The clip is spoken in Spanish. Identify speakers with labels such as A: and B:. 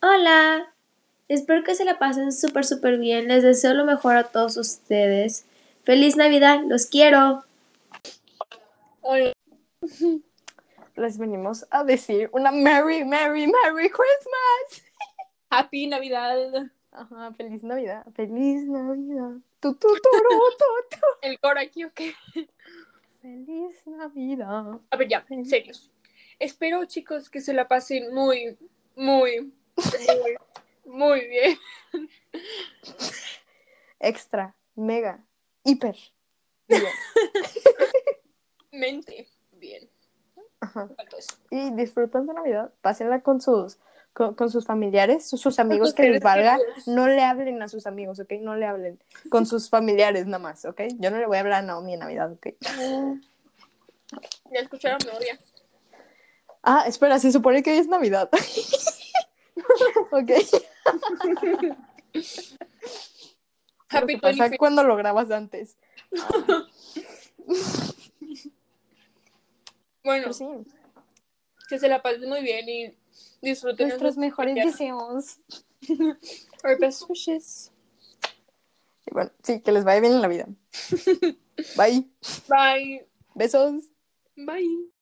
A: Hola, espero que se la pasen súper, súper bien. Les deseo lo mejor a todos ustedes. Feliz Navidad, los quiero.
B: Hola. Les venimos a decir una Merry, Merry, Merry Christmas.
C: Happy Navidad.
B: Ajá, feliz Navidad, feliz Navidad. Tu, tu, turu, tu, tu.
C: El coro aquí, ok.
B: Feliz Navidad.
C: A ver, ya, serios. Espero, chicos, que se la pasen muy, muy, muy, muy bien.
B: Extra, mega, hiper. bien.
C: Mente, bien.
B: Ajá.
C: Faltó eso.
B: Y disfruten de Navidad, pásenla con sus con, con sus familiares, sus, sus amigos
C: sus
B: que les
C: seres
B: valga,
C: queridos.
B: no le hablen a sus amigos, ¿ok? No le hablen. Con sus familiares nada más, ¿ok? Yo no le voy a hablar a Naomi en Navidad, ¿ok?
C: Ya escucharon, me odia.
B: Ah, espera, se supone que hoy es Navidad. ok. Lo
C: Happy
B: que pasa
C: 25.
B: cuando lo grabas antes.
C: Bueno,
B: Pero sí,
C: que se la pasen muy bien y disfruten.
B: nuestros
C: de
B: mejores
C: sus-
B: deseos.
C: Our best wishes.
B: Y bueno, sí, que les vaya bien en la vida. Bye.
C: Bye.
B: Besos.
C: Bye.